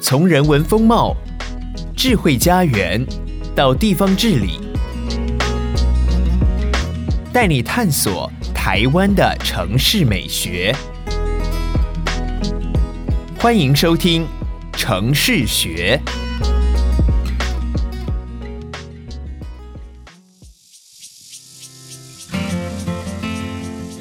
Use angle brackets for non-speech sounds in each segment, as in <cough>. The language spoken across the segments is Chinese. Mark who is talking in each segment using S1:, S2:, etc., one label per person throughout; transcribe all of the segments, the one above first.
S1: 从人文风貌、智慧家园到地方治理，带你探索台湾的城市美学。欢迎收听《城市学》。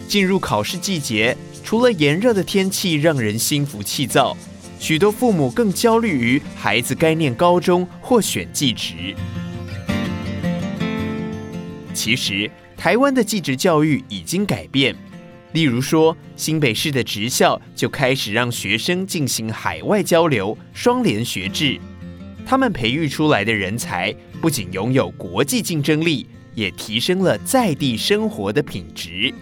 S1: 进入考试季节，除了炎热的天气让人心浮气躁，许多父母更焦虑于孩子该念高中或选技职。其实，台湾的技职教育已经改变，例如说，新北市的职校就开始让学生进行海外交流、双联学制。他们培育出来的人才不仅拥有国际竞争力，也提升了在地生活的品质。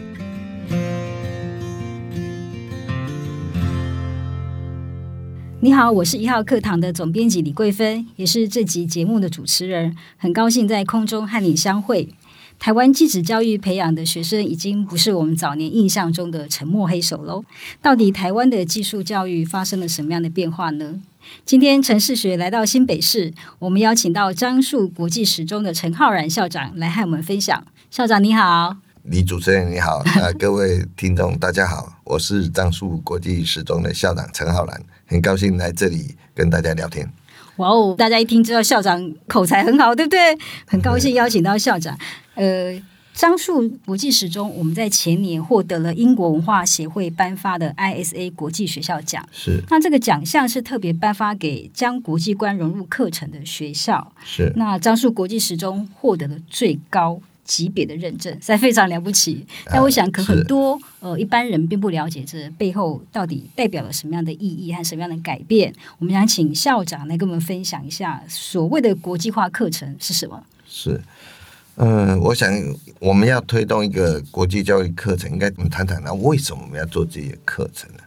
S2: 你好，我是一号课堂的总编辑李桂芬，也是这集节目的主持人。很高兴在空中和你相会。台湾技职教育培养的学生已经不是我们早年印象中的沉默黑手喽。到底台湾的技术教育发生了什么样的变化呢？今天陈世学来到新北市，我们邀请到樟树国际实中的陈浩然校长来和我们分享。校长你好，
S3: 李主持人你 <laughs> 好，呃，各位听众大家好，我是樟树国际时钟的校长陈浩然，很高兴来这里跟大家聊天。
S2: 哇哦！大家一听知道校长口才很好，对不对？很高兴邀请到校长。呃，樟树国际时钟，我们在前年获得了英国文化协会颁发的 ISA 国际学校奖。
S3: 是
S2: 那这个奖项是特别颁发给将国际观融入课程的学校。
S3: 是，
S2: 那樟树国际时钟获得了最高级别的认证，实在非常了不起。但我想，可
S3: 啊是
S2: 很多呃一般人并不了解这背后到底代表了什么样的意义和什么样的改变。我们想请校长来跟我们分享一下所谓的国际化课程是什么。
S3: 是，嗯，我想我们要推动一个国际教育课程，应该我们谈谈那为什么我们要做这些课程呢？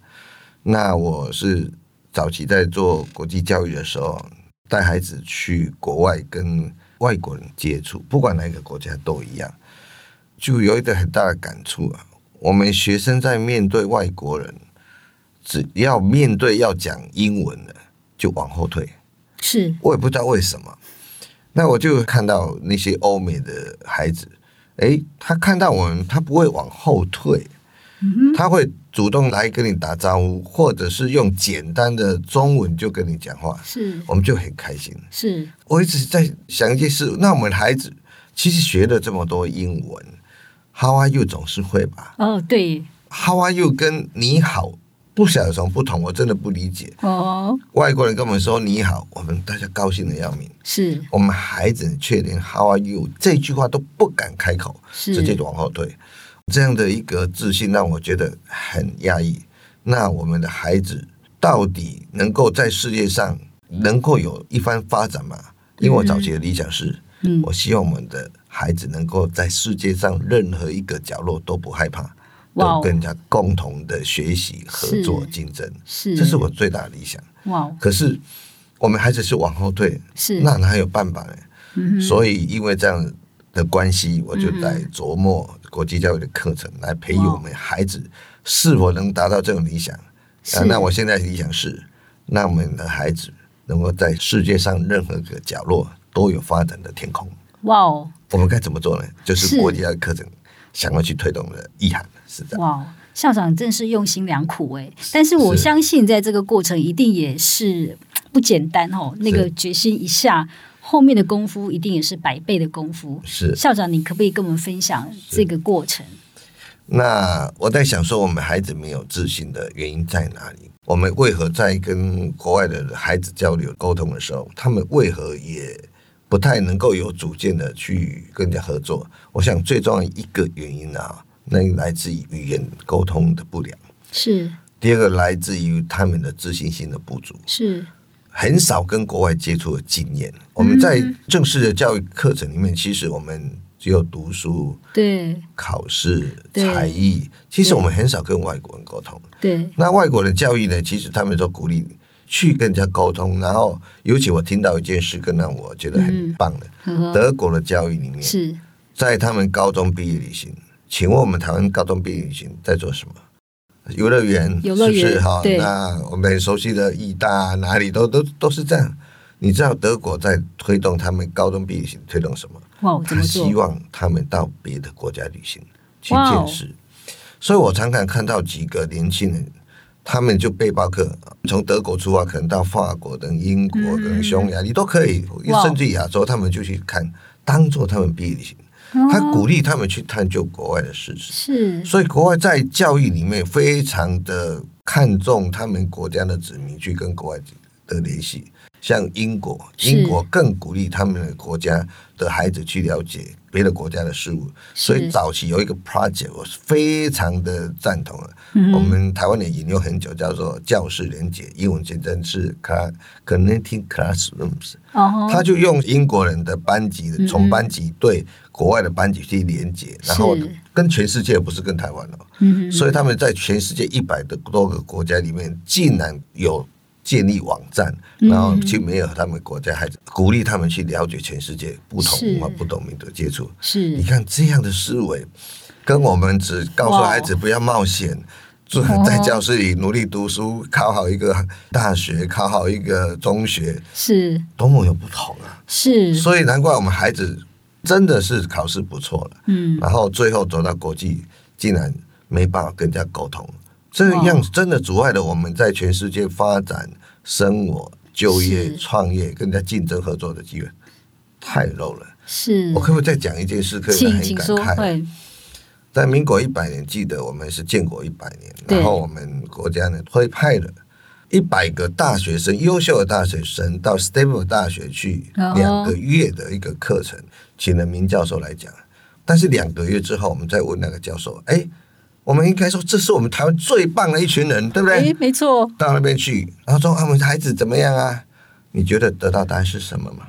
S3: 那我是早期在做国际教育的时候，带孩子去国外跟外国人接触，不管哪一个国家都一样，就有一个很大的感触啊。我们学生在面对外国人，只要面对要讲英文的，就往后退。
S2: 是
S3: 我也不知道为什么。那我就看到那些欧美的孩子，诶，他看到我们，他不会往后退，他会主动来跟你打招呼，或者是用简单的中文就跟你讲话，
S2: 是
S3: 我们就很开心。
S2: 是
S3: 我一直在想一件事，那我们孩子其实学了这么多英文，How are you 总是会吧
S2: 哦，对
S3: ？How are you 跟你好不晓得有什么不同，我真的不理解。
S2: 哦，
S3: 外国人跟我们说你好，我们大家高兴的要命。
S2: 是
S3: 我们孩子确定 “How are you” 这句话都不敢开口，
S2: 是
S3: 直接往后退。这样的一个自信让我觉得很压抑。那我们的孩子到底能够在世界上能够有一番发展吗？因为我早期的理想是，
S2: 嗯
S3: 我希望我们的孩子能够在世界上任何一个角落都不害怕，
S2: 哇哦
S3: 都跟人家共同的学习、合作、
S2: 是
S3: 竞争，
S2: 是，
S3: 这是我最大的理想。
S2: 哇哦
S3: 可是我们孩子是往后退，
S2: 是
S3: 那哪有办法呢？
S2: 嗯哼
S3: 所以因为这样的关系，我就在琢磨国际教育的课程，来培育我们孩子是否能达到这种理想。
S2: 是
S3: 啊，那我现在理想是，让我们的孩子能够在世界上任何个角落都有发展的天空。
S2: 哇哦。
S3: 我们该怎么做呢？就是
S2: 是
S3: 国际教育课程想要去推动的意涵是这样。
S2: 哇，校长真是用心良苦哎！但是我相信，在这个过程一定也是不简单哦。那个决心一下，后面的功夫一定也是百倍的功夫。
S3: 是
S2: 校长，你可不可以跟我们分享这个过程？
S3: 那我在想说，我们孩子没有自信的原因在哪里？我们为何在跟国外的孩子交流沟通的时候，他们为何也不太能够有主见的去跟人家合作？我想最重要一个原因啊，那来自于语言沟通的不良；
S2: 是
S3: 第二个来自于他们的自信心的不足。
S2: 是
S3: 很少跟国外接触的经验。我们在正式的教育课程里面，其实我们只有读书、
S2: 对
S3: 考试、
S2: 对
S3: 才艺，其实我们很少跟外国人沟通。
S2: 对
S3: 那外国人教育呢，其实他们都鼓励你去跟人家沟通。然后，尤其我听到一件事，更让我觉得很棒的，
S2: 呵呵
S3: 德国的教育里面，
S2: 嗯是
S3: 在他们高中毕业旅行，请问我们台湾高中毕业旅行在做什么？游乐园，
S2: 游乐园
S3: 是不是哈？
S2: 对
S3: 那我们熟悉的义大哪里都都都是这样。你知道德国在推动他们高中毕业行推动什么？
S2: 哇，怎
S3: 他
S2: 么做
S3: 希？望他们到别的国家旅行去
S2: 哇哦
S3: 见识。所以我常常看到几个年轻人，他们就背包客从德国出发，可能到法国等英国等匈牙利都可以
S2: 嗯哇，哦
S3: 甚至亚洲，他们就去看，当做他们毕业旅行。他鼓励他们去探究国外的事实。
S2: 哦是
S3: 所以国外在教育里面非常的看重他们国家的子民去跟国外的联系，像英国，
S2: 是
S3: 英国更鼓励他们的国家的孩子去了解别的国家的事物。所以
S2: 是
S3: 早期有一个 project，我是非常的赞同的。
S2: 嗯
S3: 我们台湾也引用很久，叫做教室连结，英文简称是 cla- connecting classrooms。
S2: 哦
S3: 他就用英国人的班级
S2: 嗯，
S3: 从班级对国外的班级去连接，然后
S2: 是
S3: 跟全世界不是跟台湾哦，
S2: 嗯
S3: 所以他们在全世界一百多个国家里面，竟然有建立网站，
S2: 嗯
S3: 然后去没有他们国家孩子，鼓励他们去了解全世界不同文化
S2: 是、
S3: 不同民族的接触。
S2: 是
S3: 你看这样的思维，跟我们只告诉孩子不要冒险，
S2: 哦
S3: 坐在教室里努力读书，考好一个大学，考好一个中学，
S2: 是
S3: 多么有不同啊！
S2: 是，
S3: 所以难怪我们孩子真的是考试不错了，
S2: 嗯
S3: 然后最后走到国际，竟然没办法跟人家沟通，这样真的阻碍了我们在全世界发展、生活、就业
S2: 是、
S3: 创业、跟人家竞争合作的机会，太 low 了。
S2: 是
S3: 我，可不可以再讲一件事？可以
S2: 嗯请
S3: 很
S2: 请
S3: 感
S2: 说，
S3: 慨。
S2: 会
S3: 在民国一百年，记得我们是建国一百年，
S2: 对
S3: 然后我们国家呢会派了一百个大学生，优秀的大学生到 Stanford 大学去
S2: 哦
S3: 两个月的一个课程，请了名教授来讲。但是两个月之后，我们再问那个教授，哎，我们应该说这是我们台湾最棒的一群人，对不对？
S2: 哎，没错，
S3: 到那边去，然后说啊，我们孩子怎么样啊？你觉得得到答案是什么吗？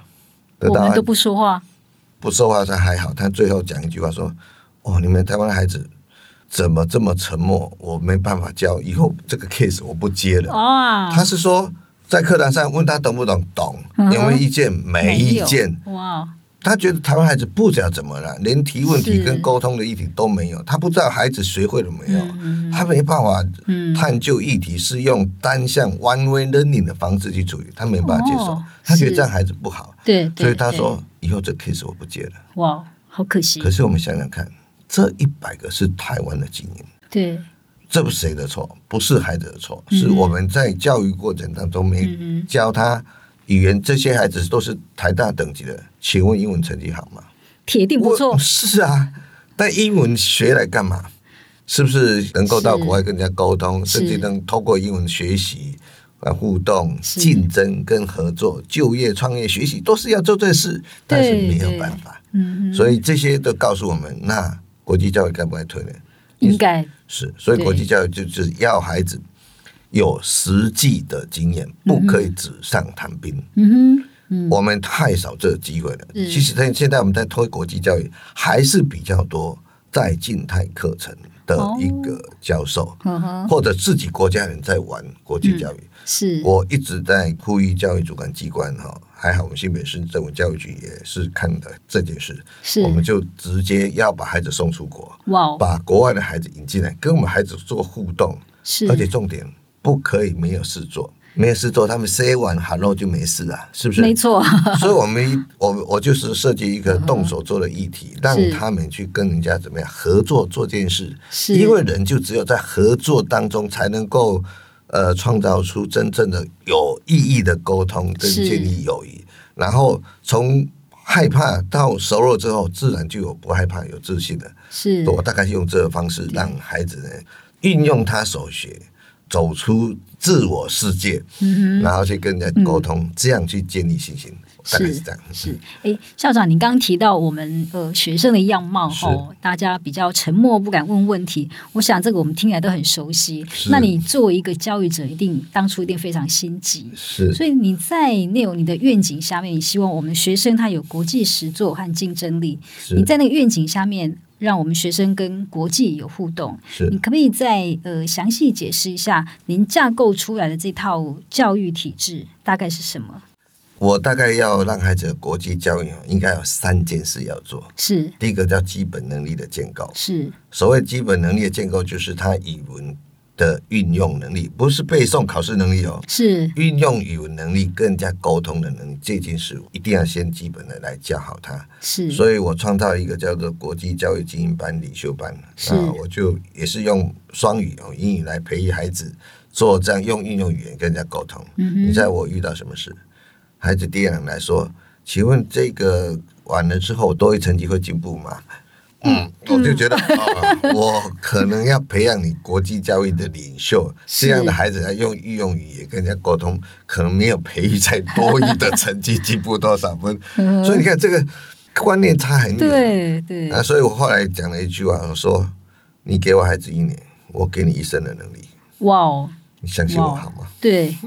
S3: 得
S2: 我
S3: 到答
S2: 们
S3: 案
S2: 都不说话，
S3: 不说话他还好，他最后讲一句话说：“哦，你们台湾的孩子怎么这么沉默？我没办法教，以后这个 case 我不接
S2: 哦
S3: 了。
S2: 哇，
S3: 他是说在课堂上问他懂不懂，懂，
S2: 嗯哼
S3: 有没有意见？没意
S2: 有
S3: 见。，
S2: 哇，
S3: 他觉得台湾孩子不知道怎么了，连提问题
S2: 是
S3: 跟沟通的议题都没有，他不知道孩子学会了没有，
S2: 嗯
S3: 他没办法
S2: 嗯
S3: 探究议题，是用单向 one way learning 的方式去处理，他没办法接受，
S2: 哦
S3: 他觉得
S2: 是
S3: 这样孩子不好，
S2: 对，对
S3: 所以他，
S2: 对
S3: 说以后这 case 我不接了。
S2: 哇，好可惜
S3: 可，是我们想想看，这一百个是台湾的经验，
S2: 对，
S3: 这不是谁的错？不是孩子的错，
S2: 嗯
S3: 是我们在教育过程当中没
S2: 嗯
S3: 教他语言。这些孩子都是台大等级的，请问英文成绩好吗？
S2: 铁定不错
S3: 我，是啊，但英文学来干嘛？是不是能够到
S2: 是
S3: 国外跟人家沟通，
S2: 是
S3: 甚至能透过英文学习？啊，互动、
S2: 是
S3: 竞争跟合作、就业、创业、学习都是要做这事，但是
S2: 对
S3: 没有
S2: 对
S3: 办法。
S2: 嗯，
S3: 所以这些都告诉我们，那国际教育该不该推呢？
S2: 应该
S3: 是，所以
S2: 对
S3: 国际教育就就是要孩子有实际的经验，不可以纸上谈兵。
S2: 嗯哼，嗯，
S3: 我们太少这个机会了。
S2: 嗯
S3: 其实现现在我们在推国际教育，还是比较多在静态课程的一个教授，
S2: 呵呵，
S3: 或者自己国家人在玩国际教育。
S2: 嗯是，
S3: 我一直在呼吁教育主管机关哈，还好我们新北市政府教育局也是看的这件事，
S2: 是，
S3: 我们就直接要把孩子送出国，
S2: 哇，哦
S3: 把国外的孩子引进来，跟我们孩子做互动，
S2: 是，
S3: 而且重点不可以没有事做，没有事做，他们 say 完 hello 就没事了，是不是？
S2: 没错，
S3: 所以我们我我就是设计一个动手做的议
S2: 嗯
S3: 题，让他们去跟人家怎么样合作做这件事，
S2: 是
S3: 因为人就只有在合作当中才能够呃创造出真正的有意义的沟通跟
S2: 是
S3: 建立友谊，然后从。害怕到熟络之后，自然就有不害怕、有自信了。
S2: 是，
S3: 我大概用这个方式让孩子呢运用他所学，走出自我世界，
S2: 嗯哼。
S3: 然后去跟人家沟通，这样去建立信心，大概是这样。
S2: 是，哎，校长，您刚刚提到我们呃学生的样貌
S3: 是
S2: 吼，大家比较沉默，不敢问问题。我想这个我们听起来都很熟悉。
S3: 是
S2: 那你作为一个教育者，一定当初一定非常心急。
S3: 是
S2: 所以你在内容、你的愿景下面，你希望我们学生他有国际实作和竞争力。
S3: 是
S2: 你在那个愿景下面，让我们学生跟国际有互动。
S3: 是
S2: 你可不可以再呃详细解释一下您架构出来的这套教育体制大概是什么？
S3: 我大概要让孩子的国际教育应该有三件事要做。
S2: 是
S3: 第一个叫基本能力的建构。
S2: 是
S3: 所谓基本能力的建构，就是他语文、的运用能力，不是背诵考试能力哦，
S2: 是
S3: 运用语文能力，更加沟通的能力，这件事一定要先基本的来教好他。
S2: 是，
S3: 所以我创造一个叫做国际教育精英班、领袖班，
S2: 是
S3: 啊，我就也是用双语哦，英语来培育孩子，做这样用运用语言跟人家沟通。
S2: 嗯
S3: 你
S2: 哼，
S3: 猜我遇到什么事？孩子第一人来说，请问这个完了之后多一成绩会进步吗？嗯，我就
S2: <laughs>
S3: 觉得啊、我可能要培养你国际教育的领袖，
S2: 是
S3: 这样的孩子要用御用语言跟人家沟通，可能没有培育在多余的成绩进步多少分，所以你看这个观念差很
S2: 嗯
S3: 远
S2: 对对，
S3: 啊。所以我后来讲了一句话，我说：“你给我孩子一年，我给你一生的能力，
S2: 哇哦，
S3: 你相信我好吗 <laughs>
S2: 对，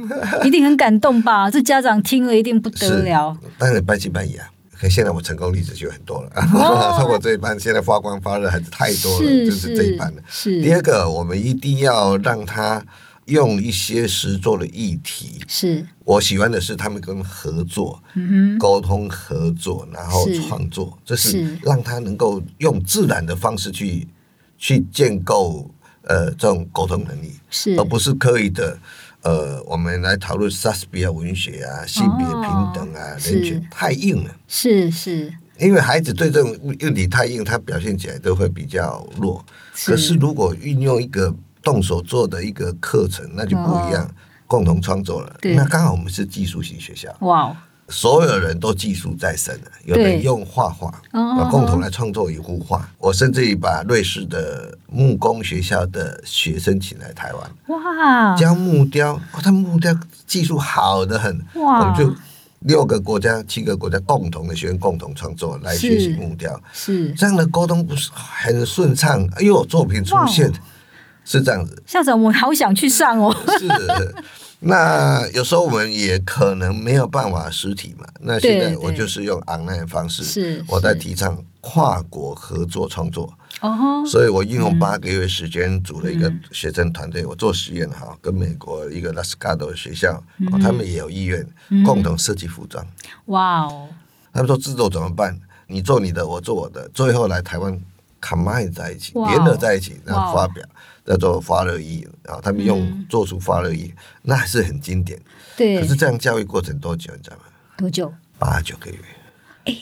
S2: 一定很感动吧？这家长听了一定不？”得
S3: 是
S2: 了，，
S3: 当然半信半疑啊。可现在我成功例子就很多了， <laughs>
S2: 哦
S3: 像我这一班现在发光发热孩子太多了，
S2: 是
S3: 就是这一班了。
S2: 是
S3: 第二个，我们一定要让他用一些实作的议题。
S2: 是，
S3: 我喜欢的是他们跟合作、
S2: 嗯哼，
S3: 沟通、合作，然后
S2: 是
S3: 创作，这
S2: 是
S3: 是让他能够用自然的方式去去建构呃这种沟通能力，
S2: 是
S3: 而，不是刻意的。呃，我们来讨论莎士比亚文学啊、性别平等啊、
S2: 哦是
S3: 人权，太硬了。
S2: 是是
S3: 因为孩子对这种问题太硬，他表现起来都会比较弱。可是如果运用一个动手做的一个课程，那就不一样，共同创作了。
S2: 哦对
S3: 那刚好我们是技术型学校，
S2: 哇哦，
S3: 所有人都技术在身了，有
S2: 对
S3: 人用画画，
S2: 哦
S3: 啊共同来创作一幅画。我甚至于把瑞士的木工学校的学生请来台湾，
S2: 哇，
S3: 教木雕，哦，他木雕技术好的很，
S2: 哇
S3: 我们就六个国家、七个国家共同的学员共同创作来
S2: 是
S3: 学习木雕，
S2: 是
S3: 这样的沟通不是很顺畅，又有作品出现
S2: 哇，
S3: 是这
S2: <laughs>
S3: 样子，
S2: 校长，我好想去上哦，
S3: 是。那有时候我们也可能没有办法实体嘛，那现
S2: 对
S3: 在
S2: 对
S3: 我就是用 online 的方式，
S2: 是，
S3: 我在
S2: 是
S3: 提倡跨国合作创作，
S2: 哦，
S3: 所以我运用八个月时间组了一
S2: 嗯
S3: 个学生团队，我做实验哈，跟美国一个拉斯加的学校，
S2: 嗯
S3: 哦他们也有意愿共同设计服装。
S2: 哇哦，
S3: 他们说制作怎么办？你做你的，我做我的，最后来台湾 combine 在一起，
S2: 哇哦
S3: 联合在一起，然
S2: 哇
S3: 后
S2: 哦嗯
S3: 发表，叫做发热衣啊。他们用做出发热衣，那还是很经典。
S2: 对
S3: 可，是这样教育过程多久？你知道吗？
S2: 多久？
S3: 八九个月。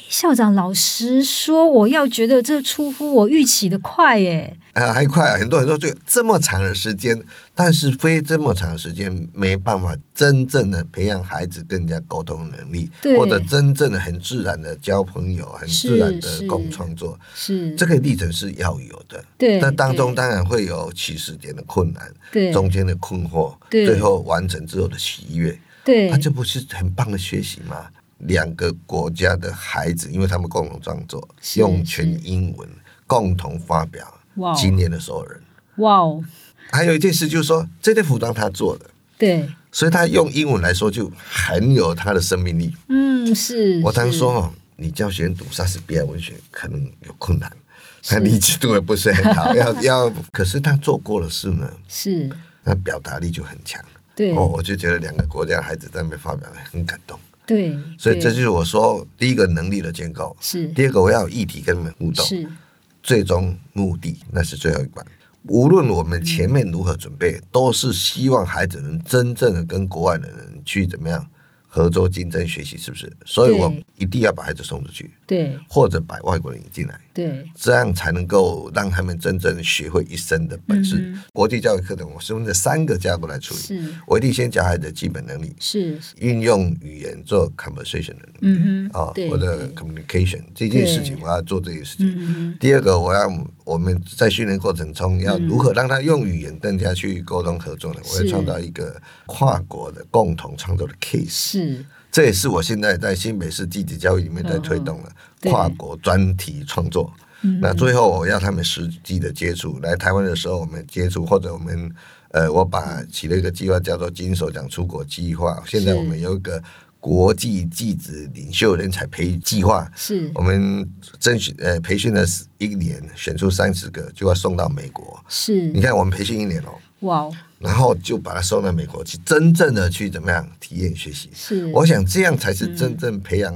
S2: 校长，老实说，我要觉得这出乎我预期的快耶。
S3: 啊，还快、啊，很多人说这个这么长的时间，但是非这么长的时间没办法真正的培养孩子更加沟通能力，
S2: 对
S3: 或者真正的很自然的交朋友，很自然
S2: 是
S3: 的共创作，
S2: 是，
S3: 这个历程是要有的。
S2: 对，
S3: 那当中
S2: 对
S3: 当然会有起始点的困难，
S2: 对
S3: 中间的困惑，
S2: 对
S3: 最后完成之后的喜悦，
S2: 对
S3: 那、这不是很棒的学习吗？两个国家的孩子，因为他们共同创作，
S2: 是
S3: 用全英文共同发表，
S2: 哇哦
S3: 今年的所有人。
S2: 哇哦，
S3: 还有一件事就是说，这件服装他做的，
S2: 对，
S3: 所以他用英文来说就很有他的生命力。
S2: 嗯，是。
S3: 我常
S2: 是
S3: 说哦，你教学生读莎士比亚文学可能有困难，他理解度也不是很
S2: <laughs>
S3: 好，要要，可是他做过的事呢，
S2: 是，
S3: 那表达力就很强。
S2: 对，
S3: 哦，我就觉得两个国家孩子在那边发表很感动，
S2: 对，
S3: 所以
S2: 对
S3: 这就是我说第一个能力的建构，
S2: 是
S3: 第二个我要有议题跟他们互动，
S2: 是
S3: 最终目的，那是最后一关。无论我们前面如何准备，都是希望孩子能真正的跟国外的人去怎么样合作、竞争、学习，是不是？所以
S2: 对
S3: 我一定要把孩子送出去，
S2: 对
S3: 或者把外国人引进来，
S2: 对
S3: 这样才能够让他们真正学会一身的本事。国际教育课程，我是用这三个架构来处理。
S2: 嗯是
S3: 我一定先教孩子基本能力，
S2: 是，
S3: 运用语言做 conversation 的能力
S2: 嗯哼，
S3: 啊，
S2: 对
S3: 我的
S2: 对
S3: communication 这件事情，
S2: 对
S3: 我要做这件事情。
S2: 嗯
S3: 第二个，我要我们在训练过程中要如何让他用语言更加去沟通合作呢？我
S2: 是
S3: 要创造一个跨国的共同创作的 case，
S2: 是
S3: 这也是我现在在新北市积极教育里面在推动的
S2: 对
S3: 跨国专题创作。
S2: 嗯
S3: 那最后我要他们实际的接触，来台湾的时候我们接触，或者我们呃，我把起了一个计划叫做“金手奖出国计划”，现在
S2: 是
S3: 我们有一个国际技职领袖人才培育计划。
S2: 是
S3: 我们甄选呃培训了一年，选出三十个就要送到美国。你
S2: 是，
S3: 看我们培训一年哦，
S2: 哇哦，
S3: 然后就把它送到美国去，真正的去怎么样体验学习？
S2: 是
S3: 我想这样才是真正培养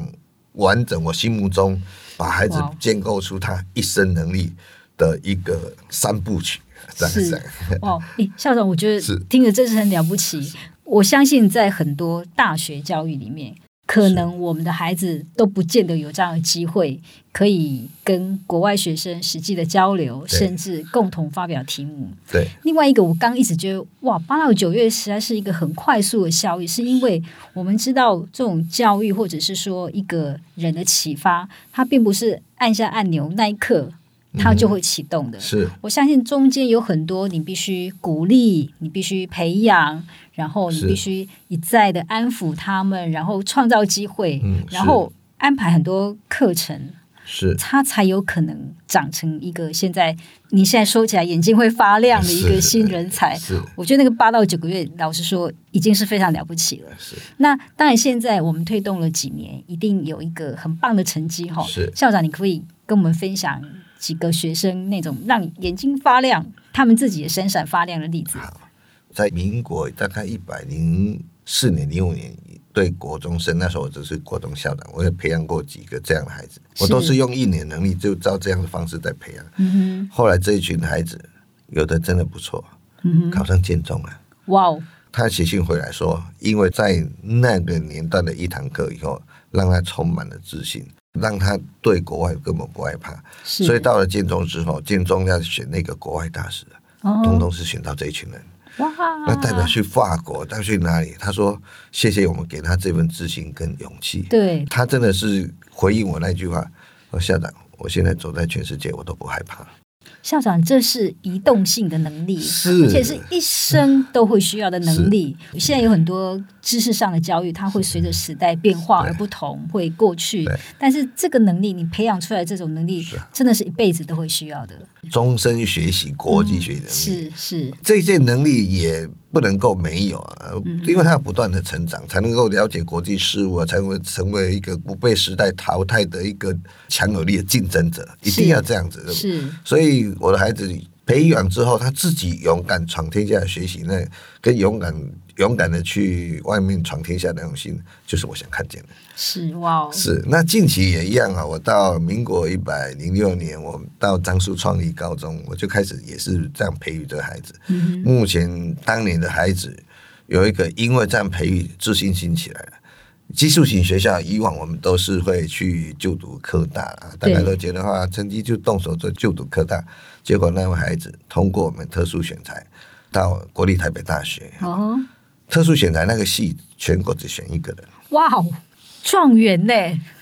S3: 完整我心目中把孩子
S2: 哇
S3: 建构出他一生能力的一个三部曲。赞
S2: 是
S3: 赞
S2: 哇，哦诶校长，我觉
S3: 是
S2: 得听着真是很了不起。我相信在很多大学教育里面，可能我们的孩子都不见得有这样的机会，可以跟国外学生实际的交流，
S3: 对
S2: 甚至共同发表题目。
S3: 对，
S2: 另外一个，我刚一直觉得哇，八到九月实在是一个很快速的效益，是因为我们知道这种教育或者是说一个人的启发，它并不是按下按钮那一刻它就会启动的。
S3: 是
S2: 我相信中间有很多你必须鼓励，你必须培养，然后你
S3: 是
S2: 必须一再的安抚他们，然后创造机会，
S3: 嗯
S2: 然
S3: 是
S2: 后安排很多课程，
S3: 是
S2: 它才有可能长成一个现在你现在说起来眼睛会发亮的一个
S3: 是
S2: 新人才。
S3: 是
S2: 我觉得那个八到九个月，老实说已经是非常了不起了。
S3: 是
S2: 那当然，现在我们推动了几年，一定有一个很棒的成绩哈、
S3: 是
S2: 校长，你可不可以跟我们分享几个学生那种让你眼睛发亮、他们自己也闪闪发亮的例子？
S3: 在民国大概一百零四年、零五年，对国中生那时候我只是国中校长，我也培养过几个这样的孩子，
S2: 是
S3: 我都是用一年能力就照这样的方式在培养。
S2: 嗯
S3: 后来这一群孩子，有的真的不错，
S2: 哼，嗯
S3: 考上建中了。
S2: 哼，哇哦，
S3: 他写信回来说，因为在那个年代的一堂课以后，让他充满了自信，让他对国外根本不害怕。
S2: 是，
S3: 所以到了建中之后，建中要选那个国外大使，通
S2: 哦，
S3: 通是选到这一群人。
S2: 哇，
S3: 那代
S2: 啊
S3: 表去法国，再去哪里？他说：“谢谢我们给他这份自信跟勇气。”
S2: 对，
S3: 他真的是回应我那句话：“说校长，我现在走在全世界，我都不害怕。
S2: 校长，这是移动性的能力，
S3: 是
S2: 而且是一生都会需要的能力。现在有很多知识上的教育，它会随着时代变化而不同，会过去
S3: 对。
S2: 但是这个能力，你培养出来这种能力，真的是一辈子都会需要的。”
S3: 终身学习国际学习能力，
S2: 嗯是是，
S3: 这件能力也不能够没有啊，
S2: 嗯
S3: 因为他要不断的成长，才能够了解国际事务啊，才会成为一个不被时代淘汰的一个强有力的竞争者，一定
S2: 是
S3: 要这样子。对不对
S2: 是
S3: 所以我的孩子培养之后，他自己勇敢闯天下的学习，那跟勇敢勇敢的去外面闯天下的那种心，就是我想看见的。
S2: 是，哇哦，
S3: 是，那近期也一样啊。我到民国一百零六年，我到樟树创立高中，我就开始也是这样培育这个孩子。
S2: 嗯
S3: 目前当年的孩子有一个因为这样培育自信心起来了。技术型学校以往我们都是会去就读科大啊，大
S2: 对
S3: 家都觉得话成绩就动手就就读科大，结果那位孩子通过我们特殊选材到国立台北大学，
S2: 哼，哦，
S3: 特殊选材那个系全国只选一个人。
S2: 哇哦，状元呢？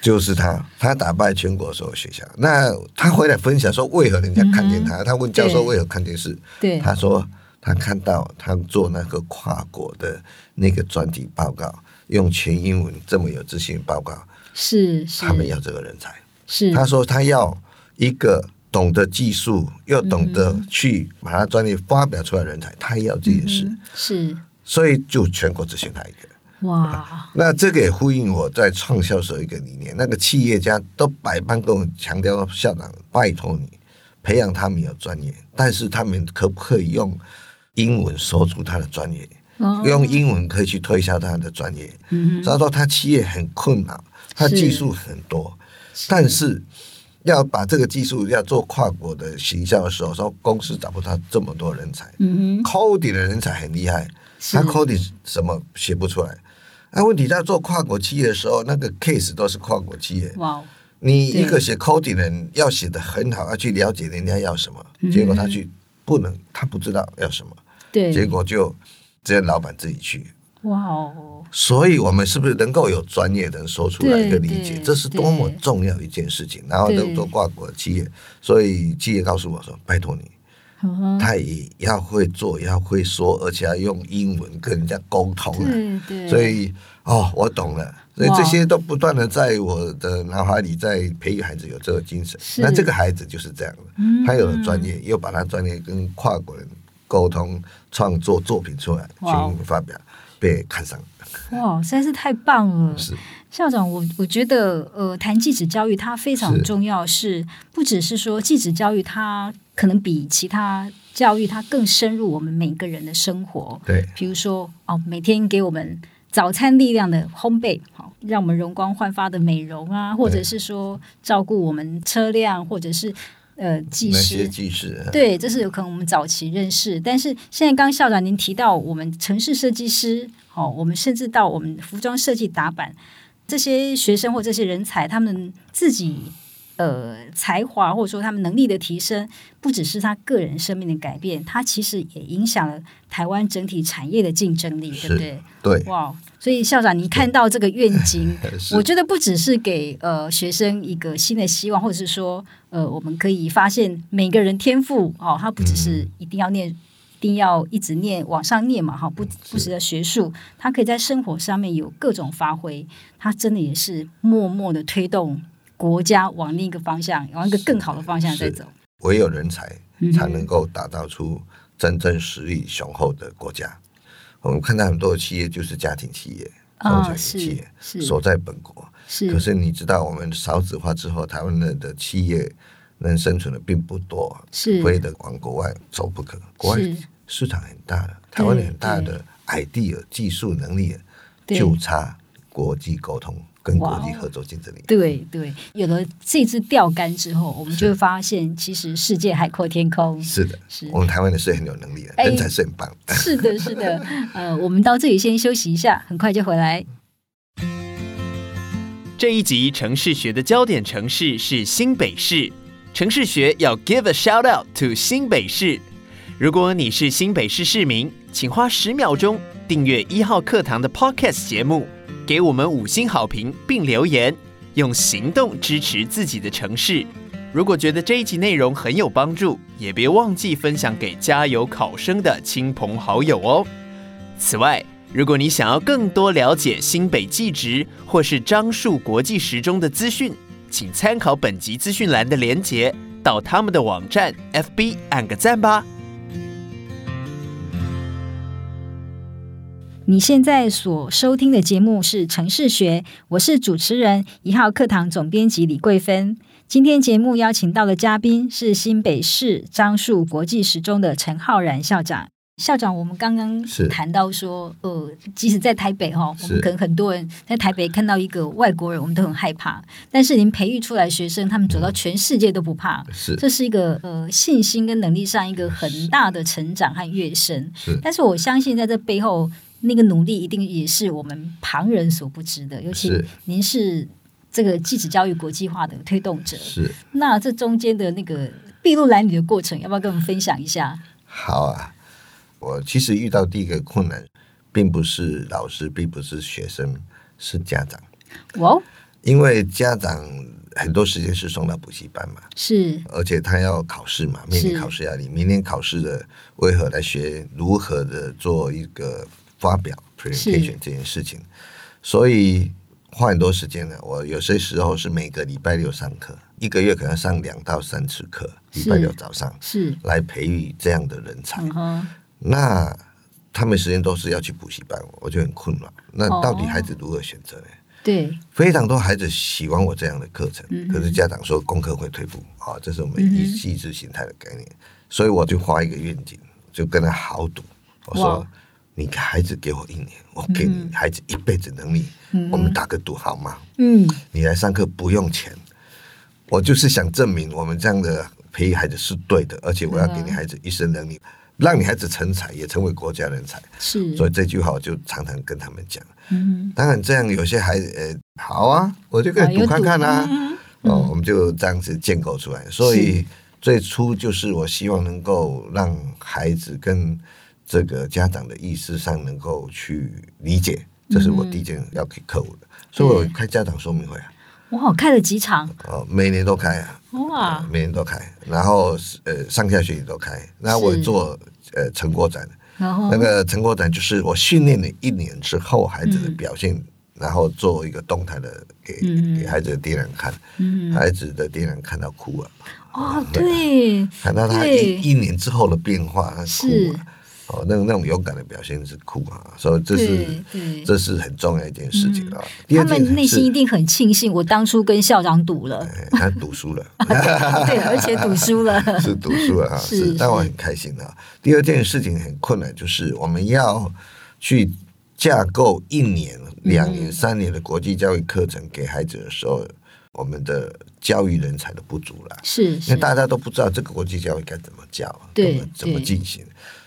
S3: 就是他，他打败全国所有学校。那他回来分享说，为何人家看见他？他问教授
S2: 对
S3: 为何看见是？
S2: 对，
S3: 他说他看到他做那个跨国的那个专题报告，用全英文这么有自信的报告，
S2: 是是嗯
S3: 他们要这个人才。
S2: 是，
S3: 他说他要一个懂得技术又懂得
S2: 嗯
S3: 去把他专利发表出来的人才，他也要这件事，
S2: 嗯是
S3: 所以就全国只选他一个。
S2: 哇，
S3: 那这个也呼应我在创校时候一个理念，那个企业家都百般跟我强调，校长拜托你培养他们有专业，但是他们可不可以用英文说出他的专业，
S2: 哦，
S3: 用英文可以去推销他的专业。
S2: 嗯哼，
S3: 他说他企业很困难，他
S2: 是
S3: 技术很多，但是要把这个技术要做跨国的行销的时候，说公司找不到这么多人才，
S2: 嗯
S3: coding 的人才很厉害，
S2: 是
S3: 他 coding 什么写不出来。那问题他做跨国企业的时候，那个 case 都是跨国企业
S2: 哼，，哇哦，
S3: 你
S2: 对
S3: 一个写 coding 的人要写的很好，要去了解人家要什么，
S2: 嗯
S3: 结果他去不能，他不知道要什么，
S2: 对，
S3: 结果就只有老板自己去。
S2: 哇哦，
S3: 所以，我们是不是能够有专业的人说出来
S2: 对
S3: 一个理解
S2: 对，
S3: 这是多么
S2: 对
S3: 重要一件事情？然后
S2: 对
S3: 都做跨国企业，所以企业告诉我说：“拜托你，
S2: 嗯哼
S3: 他也要会做，要会说，而且要用英文跟人家沟通啊。
S2: 对对，
S3: 所以哦，我懂了。所以
S2: 哇
S3: 这些都不断的在我的脑海里在培育孩子有这个精神。
S2: 是
S3: 那这个孩子就是这样的，
S2: 嗯
S3: 他有了专业，又把他专业跟跨国人沟通，创作作品出来，
S2: 哇哦
S3: 全英文发表，被看上。
S2: 哇，实在是太棒了！
S3: 是
S2: 校长，我我觉得，呃，谈继职教育它非常
S3: 是
S2: 重要是，不只是说继职教育它可能比其他教育它更深入我们每个人的生活。
S3: 对，
S2: 比如说，哦，每天给我们早餐力量的烘焙，好，让我们容光焕发的美容啊，或者是说照顾我们车辆，或者是呃技
S3: 那
S2: 师
S3: 些。技师，
S2: 对，这是有可能我们早期认识，但是现在刚刚校长您提到我们城市设计师，哦，我们甚至到我们服装设计打板这些学生或这些人才，他们自己呃才华或者说他们能力的提升，不只是他个人生命的改变，他其实也影响了台湾整体产业的竞争力，对不
S3: 是
S2: 对？
S3: 对，
S2: 哇，所以校长，你看到这个愿景，
S3: <laughs> 是
S2: 我觉得不只是给呃学生一个新的希望，或者是说呃，我们可以发现每个人天赋哦，他不只是一定要念，一定要一直念往上念嘛
S3: 嗯
S2: 哈，不不只在学术，他可以在生活上面有各种发挥，他真的也是默默的推动国家往另一个方向，往一个更好的方向在
S3: 是
S2: 走，
S3: 唯有人才
S2: 嗯
S3: 才
S2: 哼
S3: 能够打造出真正实力雄厚的国家。我们看到很多的企业就是家庭企业、中小
S2: 啊，
S3: 型企
S2: 是
S3: 业，
S2: 是
S3: 所在本国。
S2: 是，
S3: 可是你知道，我们少子化之后，台湾的的企业能生存的并不多，
S2: 是
S3: 非得往国外走不可。国外
S2: 是
S3: 市场很大的，台湾
S2: 对
S3: 很大的 idea 技术能力
S2: 对
S3: 就差国际沟通跟国
S2: 哇
S3: 际
S2: 哦
S3: 合作竞争力。
S2: 对对，有了这支钓竿之后，我们就会发现，其实世界海阔天空。
S3: 是的，
S2: 是 <laughs>
S3: 我们台湾人是很有能力的，
S2: 哎
S3: 人才是很棒的。
S2: 是的，是的。呃，我们到这里先休息一下，很快就回来。
S1: 这一集城市学的焦点城市是新北市，城市学要 give a shout out to 新北市。如果你是新北市市民，请花十秒钟订阅一号课堂的 podcast 节目，给我们五星好评并留言，用行动支持自己的城市。如果觉得这一集内容很有帮助，也别忘记分享给加油考生的亲朋好友哦。此外，如果你想要更多了解新北技职或是樟树国际时钟的资讯，请参考本集资讯栏的连结，到他们的网站 FB 按个赞吧。
S2: 你现在所收听的节目是《城市学》，我是主持人一号课堂总编辑李桂芬。今天节目邀请到的嘉宾是新北市樟树国际时钟的陈浩然校长。校长，我们刚刚
S3: 是
S2: 谈到说，呃，即使在台北哈，我们
S3: 是
S2: 可能很多人在台北看到一个外国人，我们都很害怕。但是您培育出来的学生，他们走到全世界都不怕，
S3: 是
S2: 这是一个呃信心跟能力上一个很大的成长和跃升。
S3: 是
S2: 但是我相信在这背后那个努力一定也是我们旁人所不知的，尤其
S3: 是
S2: 您是这个继职教育国际化的推动者，
S3: 是，
S2: 那这中间的那个筚路蓝缕的过程，要不要跟我们分享一下？
S3: 好啊。我其实遇到第一个困难，并不是老师，并不是学生，是家长，
S2: 哇哦，
S3: 因为家长很多时间是送到补习班嘛，
S2: 是
S3: 而且他要考试嘛，面临
S2: 是
S3: 考试压力，明年考试的为何来学如何的做一个发表 presentation 这件事情，所以花很多时间呢。我有些时候是每个礼拜六上课，一个月可能上两到三次课，礼拜
S2: 是
S3: 六早上
S2: 是，
S3: 来培育这样的人才。
S2: 嗯哼，
S3: 那他们时间都是要去补习班，我就很困扰。那
S2: 哦
S3: 到底孩子如何选择呢？
S2: 对，
S3: 非常多孩子喜欢我这样的课程，
S2: 嗯哼
S3: 可是家长说功课会退步啊、这是我们
S2: 嗯哼
S3: 意意识形态的概念，所以我就画一个愿景，就跟他豪赌，我说
S2: 哇
S3: 你给孩子给我一年，我给你孩子一辈子能力，
S2: 嗯
S3: 我们打个赌好吗？
S2: 嗯，
S3: 你来上课不用钱，我就是想证明我们这样的培育孩子是对的，而且我要给你
S2: 嗯
S3: 孩子一生能力，让你孩子成才，也成为国家人才。
S2: 是，
S3: 所以这句话我就常常跟他们讲。
S2: 嗯
S3: 当然，这样有些孩子，呃，好啊，我就跟
S2: 啊
S3: 你
S2: 有
S3: 赌看看啊，哦，我们就这样子建构出来。所以最初就是我希望能够让孩子跟这个家长的意识上能够去理解，这是我第一件要给客户的。所以我有开家长说明会啊，
S2: 哼，哇，开了几场，
S3: 哦，每年都开啊，
S2: 哇，
S3: 每年都开，然后呃上下学期都开。那我
S2: 是
S3: 做呃成果展，
S2: 然后
S3: 那个成果展就是我训练了一年之后孩子的表现，然后做一个动态的给、
S2: 嗯
S3: 给孩子的爹娘看，
S2: 嗯，
S3: 孩子的爹娘看到哭啊，
S2: 哦，对，
S3: 看到他
S2: 对
S3: 一一年之后的变化，他啊哭
S2: 是
S3: 啊，哦，那那种勇敢的表现是哭啊，所以这
S2: 对
S3: 是，
S2: 对。
S3: 这是很重要一件事情啊。第
S2: 他
S3: 二件
S2: 们内心一
S3: 是
S2: 定很庆幸，我当初跟校长赌
S3: <laughs>
S2: 了，
S3: 哎他读书了，
S2: 对，而且赌输了， <laughs>
S3: 是读书了啊，
S2: 是
S3: 是，但我
S2: 是
S3: 很开心啊。第二件事情很困难，就是我们要去
S2: 嗯
S3: 架构一年、两年、三年的国际教育课程给孩子的时候，我们的教育人才的不足啦。
S2: 是
S3: 因
S2: 是
S3: 为，大家都不知道这个国际教育该怎么教，啊
S2: 对
S3: 怎么怎么
S2: 对
S3: 进行，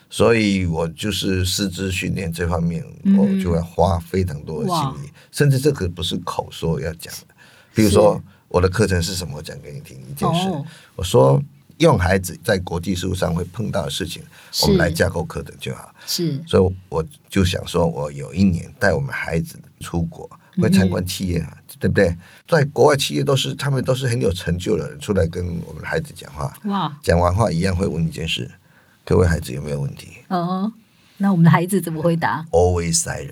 S3: 所以我就是师资训练这方面，
S2: 嗯
S3: 我就要花非常多的
S2: 哇
S3: 心力，甚至这个不是口说要讲的，比如说我的课程是什么，我讲给你听一件事，
S2: 哦
S3: 我说用孩子在国际事务上会碰到的事情，
S2: 是
S3: 我们来架构课程就好。
S2: 是
S3: 所以我就想说，我有一年带我们孩子出国，会参观企业啊，对不对？在国外企业都是他们都是很有成就的人，出来跟我们的孩子讲话，
S2: 哇
S3: 讲完话一样会问一件事：各位孩子有没有问题
S2: 哦，那我们的孩子怎么回答？
S3: ？Always silent，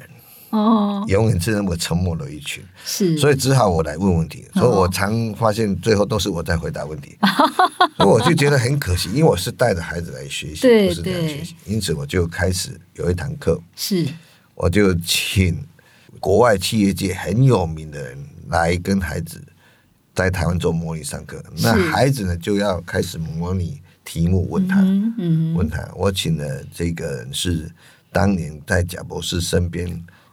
S2: 哦，
S3: 永远是那么沉默的一群，
S2: 是，
S3: 所
S2: 以
S3: 以只好我来问问题。
S2: 哦
S3: 所以我常发现最后都是我在回答问题， <laughs> 所以我就觉得很可惜，因为我是带着孩子来学习，
S2: 对
S3: 不是这样
S2: 对
S3: 学习，因此我就开始有一堂课，
S2: 是
S3: 我就请国外企业界很有名的人来跟孩子在台湾做模拟上课。
S2: 是
S3: 那孩子呢就要开始模拟题目，问他，
S2: 嗯嗯
S3: 问他。我请的这个人是当年在贾博士身边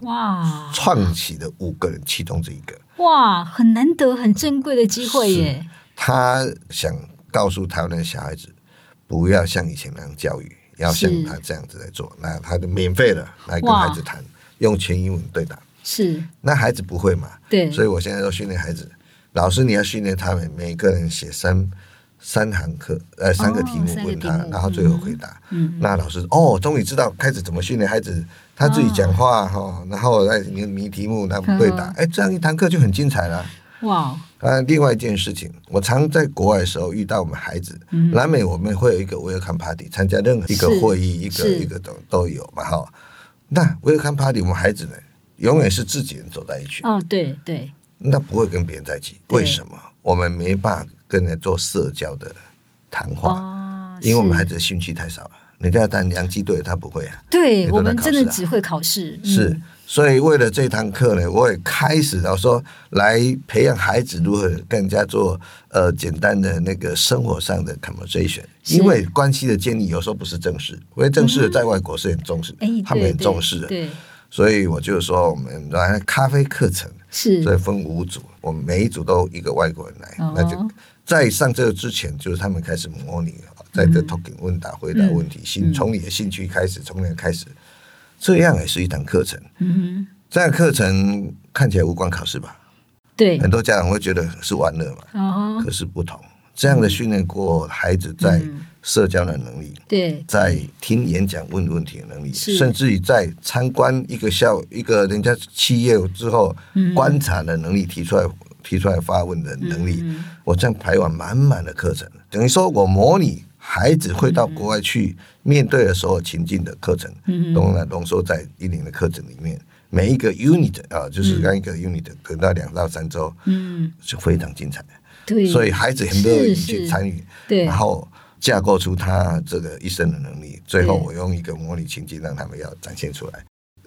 S2: 哇
S3: 创起的五个人其中之一个。
S2: 哇，很难得很珍贵的机会耶，
S3: 他想告诉台湾的小孩子，不要像以前那样教育，要像
S2: 是
S3: 他这样子来做。那他就免费的来跟
S2: 哇
S3: 孩子谈，用全英文对答。
S2: 是
S3: 那孩子不会嘛？
S2: 对，
S3: 所以我现在都训练孩子，老师你要训练他们每个人写三三行课，呃，三个题目
S2: 哦三个
S3: 问
S2: 题
S3: 他，
S2: 目
S3: 然后最后回答。
S2: 嗯
S3: 那老师哦，终于知道开始怎么训练孩子，他自己讲话哈、然后再你迷题目，然后对答
S2: 嗯，
S3: 哎、这样一堂课就很精彩了。
S2: 哇
S3: 啊，另外一件事情，我常在国外的时候遇到我们孩子，
S2: 嗯
S3: 南美我们会有一个 welcome party，参加任何一个
S2: 是
S3: 会议，一个
S2: 是
S3: 一个都都有嘛哈。那 welcome party 我们孩子呢，永远是自己人走在一起，
S2: 哦对对
S3: 那不会跟别人在一起，
S2: 对
S3: 为什么？我们没办法跟人做社交的谈话，
S2: 哇，
S3: 因为我们
S2: 哦是
S3: 孩子的兴趣太少了。人家当洋基队，他不会啊，
S2: 对
S3: 也
S2: 我
S3: 都在
S2: 们
S3: 考
S2: 真
S3: 试
S2: 的
S3: 啊
S2: 只会考试，嗯
S3: 是。所以为了这堂课呢，我也开始然后说来培养孩子如何更加做呃简单的那个生活上的 conversation，
S2: 是嗯
S3: 因为关系的建立有时候不是正式，因为正式的在外国是很重视的，
S2: 哎，
S3: 他们
S2: 对
S3: 很
S2: 对
S3: 重视的，
S2: 对，
S3: 所以我就说我们来咖啡课程，
S2: 是
S3: 所以分五组，我们每一组都一个外国人来，
S2: 哦
S3: 那就在上这个之前，就是他们开始模拟，在这 talking 问答、回答问题，兴、
S2: 嗯
S3: 从你的兴趣开始，从你的开始，这样也是一堂课程。
S2: 嗯
S3: 这样课程看起来无关考试吧？
S2: 哼，对，
S3: 很多家长会觉得是玩乐嘛，
S2: 嗯哦，
S3: 可是不同。这样的训练过孩子在
S2: 嗯
S3: 社交的能力，
S2: 对，
S3: 在听演讲问问题的能力，
S2: 是
S3: 甚至于在参观一个校一个人家企业之后、
S2: 嗯
S3: 观察的能力，提出来提出来发问的能力，
S2: 嗯
S3: 我这样排完满满的课程，等于说我模拟孩子会到国外去面对的所有情境的课程，
S2: 嗯
S3: 都来浓缩在一零的课程里面。每一个 unit 啊，就是刚一个 unit 可能到两到三周
S2: 嗯，
S3: 是非常精彩的，
S2: 对，
S3: 所以孩子很乐意
S2: 嗯是是
S3: 去参与。
S2: 对
S3: 然，后架构出他这个一生的能力。最后
S2: 对
S3: 我用一个模拟情境让他们要展现出来，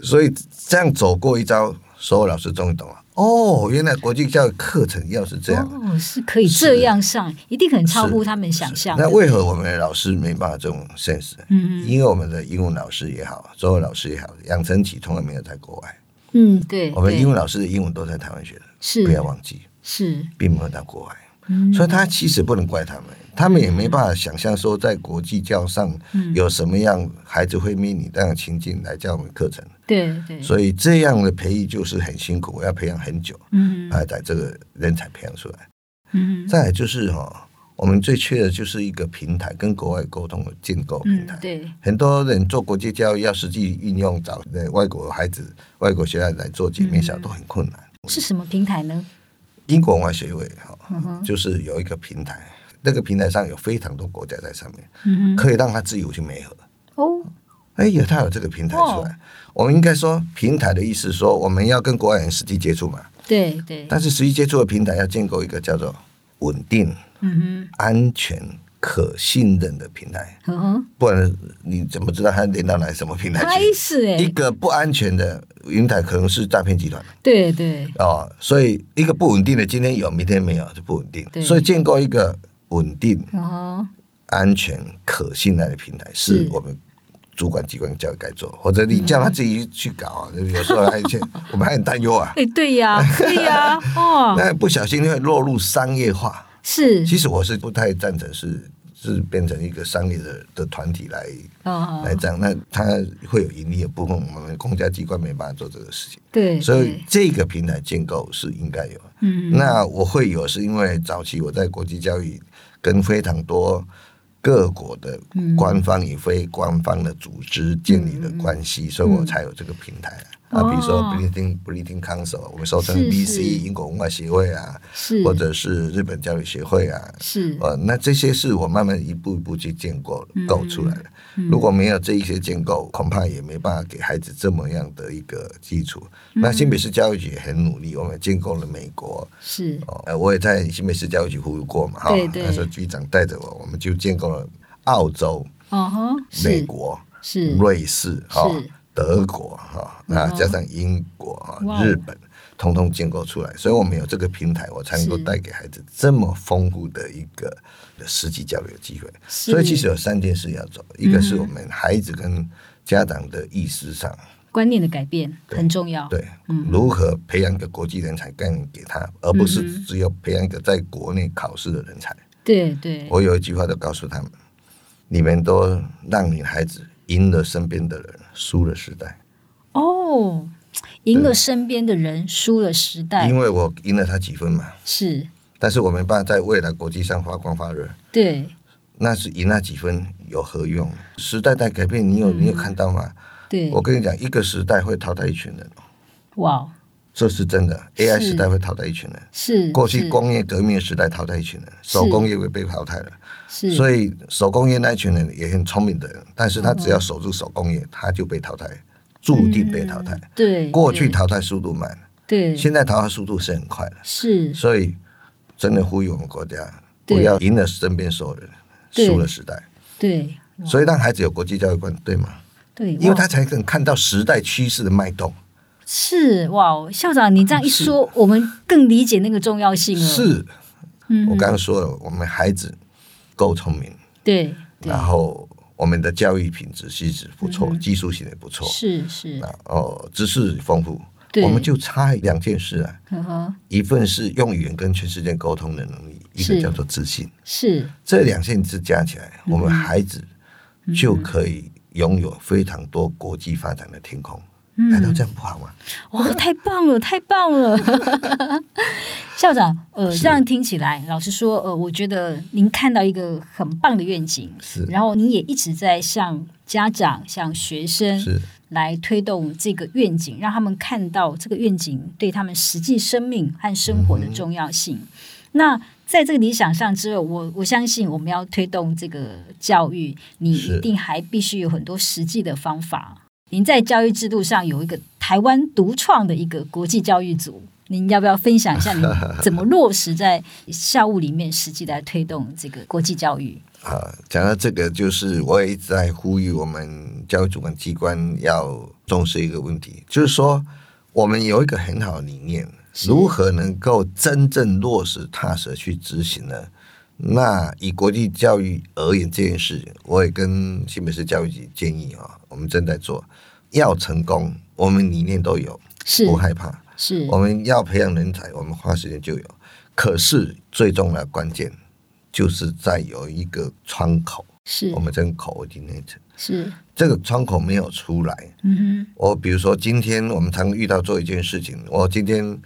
S3: 所以这样走过一遭，所有老师终于懂了。哦，原来国际教育课程要是这样。
S2: 哦，是可以
S3: 是
S2: 这样上，一定很超乎他们想象的。
S3: 那为何我们的老师没办法这种 sense？
S2: 嗯
S3: 因为我们的英文老师也好，中文老师也好，养成起从来没有在国外。
S2: 嗯，对，
S3: 我们
S2: 对嗯
S3: 英文老师的英文都在台湾学的，
S2: 是
S3: 不要忘记，
S2: 是，
S3: 并没有到国外。
S2: 嗯
S3: 所以他其实不能怪他们，他们也没办法想象说在国际教上
S2: 嗯
S3: 有什么样孩子会面临这样的情境来教我们课程，
S2: 嗯对对，
S3: 所以这样的培育就是很辛苦，要培养很久，
S2: 嗯
S3: 才把这个人才培养出来。
S2: 嗯
S3: 再来就是哈、我们最缺的就是一个平台，跟国外沟通的建构平台
S2: 嗯，。对，
S3: 很多人做国际教育要实际运用，找呃外国孩子、外国学校来做姐
S2: 嗯
S3: 妹校都很困难。
S2: 是什么平台呢？
S3: 英国文化学会哈、
S2: 嗯哼，
S3: 就是有一个平台，那个平台上有非常多国家在上面，
S2: 嗯哼，
S3: 可以让他自由去媒合。
S2: 哦，
S3: 哎呀，他有这个平台出来，我们应该说平台的意思说我们要跟国外人实际接触嘛，
S2: 对对，
S3: 但是实际接触的平台要建构一个叫做稳定、
S2: 嗯
S3: 安全、可信任的平台，
S2: 哼，嗯哼，
S3: 不然你怎么知道他连到哪什么平台
S2: 开
S3: 去？
S2: 始哎
S3: 一，个不安全的平台可能是诈骗集团。
S2: 对对，
S3: 哦，所以一个不稳定的，今天有，明天没有，就不稳定
S2: 对。
S3: 所以建构一个稳定、
S2: 然后
S3: 安全、可信赖的平台，是
S2: 是
S3: 我们主管机关教育该做，或者你叫他自己去搞啊。
S2: 嗯
S3: 有时候还我们还很担忧啊，
S2: 哎，对呀，对
S3: <laughs>
S2: 呀， <laughs> 哦，嗯
S3: 那不小心会落入商业化。
S2: 是
S3: 其实我是不太赞成是是变成一个商业的的团体来
S2: 哦，
S3: 来这样，那它会有盈利的部分，我们公家机关没办法做这个事情，
S2: 对，
S3: 所以
S2: 对，
S3: 这个平台建构是应该有的。
S2: 嗯，
S3: 那我会有，是因为早期我在国际教育跟非常多各国的官方与非官方的组织建立了关系，所以我才有这个平台啊。
S2: 嗯哦
S3: 比如说 Breathing Breathing Council，我们俗称
S2: 是
S3: BC
S2: 是
S3: 英国文化协会啊，
S2: 是
S3: 或者是日本教育协会啊，
S2: 是
S3: 呃，那这些是我慢慢一步一步去建构构出来的。
S2: 嗯
S3: 如果没有这一些建构，恐怕也没办法给孩子这么样的一个基础。
S2: 嗯
S3: 那新北市教育局也很努力，我们建构了美国，
S2: 是
S3: 哦，呃我也在新北市教育局服务过嘛，哈
S2: 对对
S3: 那时候局长带着我，我们就建构了澳洲、
S2: 哦吼，
S3: 美
S2: 是
S3: 国、嗯
S2: 是
S3: 瑞士、哈、
S2: 是哦
S3: 德国、哈、那加上英国、哈、
S2: 哇哦
S3: 日本，通通建构出来。所以我们有这个平台，我才能够
S2: 是
S3: 带给孩子这么丰富的一个实际交流的机会。
S2: 是嗯
S3: 所以其实有三件事要做，一个是我们孩子跟家长的意识上，
S2: 观念的改变
S3: 对
S2: 很重要，
S3: 对，
S2: 嗯
S3: 如何培养一个国际人才概念给他，而不
S2: 嗯
S3: 是只有培养一个在国内考试的人才。
S2: 对对，
S3: 我有一句话都告诉他们：你们都让你孩子赢了身边的人，输了时代。
S2: 哦，赢了身边的人，输了时代
S3: 因，为我赢了他几分嘛，
S2: 是
S3: 但是我没办法在未来国际上发光发热，
S2: 对
S3: 那是赢那几分有何用？时代在改变，你有你有看到吗？
S2: 嗯对，
S3: 我跟你讲，一个时代会淘汰一群人，哦
S2: 哇，
S3: 这是真的。
S2: 是
S3: AI 时代会淘汰一群人，
S2: 是
S3: 过去
S2: 是
S3: 工业革命的时代淘汰一群人，手工业会被淘汰了。
S2: 是，
S3: 所以手工业那一群人也很聪明的人，但是他只要守住手工业，他就被淘汰，注定被淘
S2: 嗯
S3: 汰。
S2: 对
S3: 过去
S2: 对
S3: 淘汰速度慢，
S2: 对
S3: 现在淘汰速度是很快的。
S2: 是
S3: 所以，真的呼吁我们国家
S2: 对
S3: 不要赢了身边所有人，
S2: 对嗯
S3: 输了时代。
S2: 对
S3: 所以让孩子有国际教育观，对吗？
S2: 对，
S3: 因为
S2: 哇
S3: 他才能看到时代趋势的脉动。
S2: 是哇，哦校长你这样一
S3: 是
S2: 说，我们更理解那个重要性了，
S3: 是，
S2: 嗯
S3: 我刚刚说了，我们孩子够聪明，
S2: 对对
S3: 然后我们的教育品质其实不错，
S2: 嗯
S3: 技术性也不错，
S2: 是是，
S3: 然后知识丰富。
S2: 对嗯
S3: 我们就差两件事啊，
S2: 呵呵
S3: 一份是用语言跟全世界沟通的能力，一
S2: 是
S3: 个叫做自信。
S2: 是
S3: 这两件事加起来，我们孩子就可以拥有非常多国际发展的天空。
S2: 嗯
S3: 难道这样不好吗？
S2: 哇，太棒
S3: <laughs>
S2: 了，太棒了！校长，呃，这样听起来，老实说，呃，我觉得您看到一个很棒的愿景，
S3: 是
S2: 然后您也一直在向家长、向学生
S3: 是
S2: 来推动这个愿景，让他们看到这个愿景对他们实际生命和生活的重要性。那在这个理想上之后，我我相信我们要推动这个教育，你
S3: 是
S2: 一定还必须有很多实际的方法。您在教育制度上有一个台湾独创的一个国际教育组，您要不要分享一下您怎么落实在校务里面实际来推动这个国际教育？
S3: 啊，讲到这个，就是我也一直在呼吁我们教育主管机关要重视一个问题，就是说我们有一个很好的理念，如何能够真正落实踏实去执行呢？那以国际教育而言，这件事我也跟新北市教育局建议啊、我们正在做，要成功，我们理念都有，
S2: 是
S3: 不害怕。
S2: 是
S3: 我们要培养人才，我们花时间就有。可是最重要的关键，就是在有一个窗口，
S2: 是
S3: 我们真 coordinate。
S2: 是，
S3: 这个窗口没有出来，
S2: 嗯
S3: 我比如说今天我们常遇到做一件事情，我今天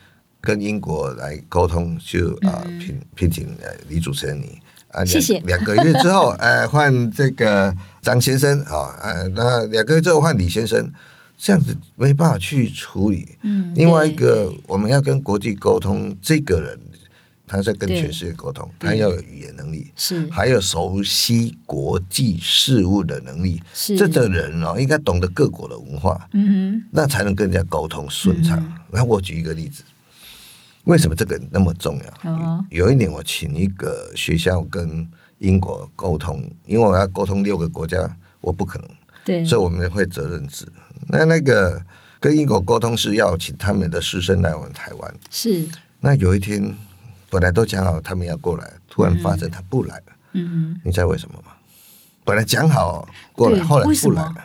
S3: 跟英国来沟通，就啊、呃、聘聘请呃李主持人你。啊，两
S2: 嗯谢谢
S3: 两个月之后， <laughs> 呃，换这个张先生啊，呃，那两个月之后换李先生，这样子没办法去处理。
S2: 哼，嗯，
S3: 另外一
S2: 对
S3: 个，我们要跟国际沟通，这个人他在跟
S2: 对
S3: 全世界沟通，
S2: 对嗯
S3: 他要有语言能力，
S2: 是
S3: 还有熟悉国际事务的能力。
S2: 是
S3: 这个人哦，应该懂得各国的文化，
S2: 嗯
S3: 那才能跟人家沟通顺畅。那我举一个例子，为什么这个那么重要？
S2: 哼，哦，
S3: 有一年我请一个学校跟英国沟通，因为我要沟通六个国家，我不可能。
S2: 对，
S3: 所以我们会责任制。那那个跟英国沟通是要请他们的师生来我们台湾。
S2: 是，
S3: 那有一天，本来都讲好他们要过来，突然发生他不来了，
S2: 嗯
S3: 你知道为什么吗？本来讲好过来，
S2: 对
S3: 后来
S2: 为什
S3: 不
S2: 么
S3: 来了，
S2: 哼，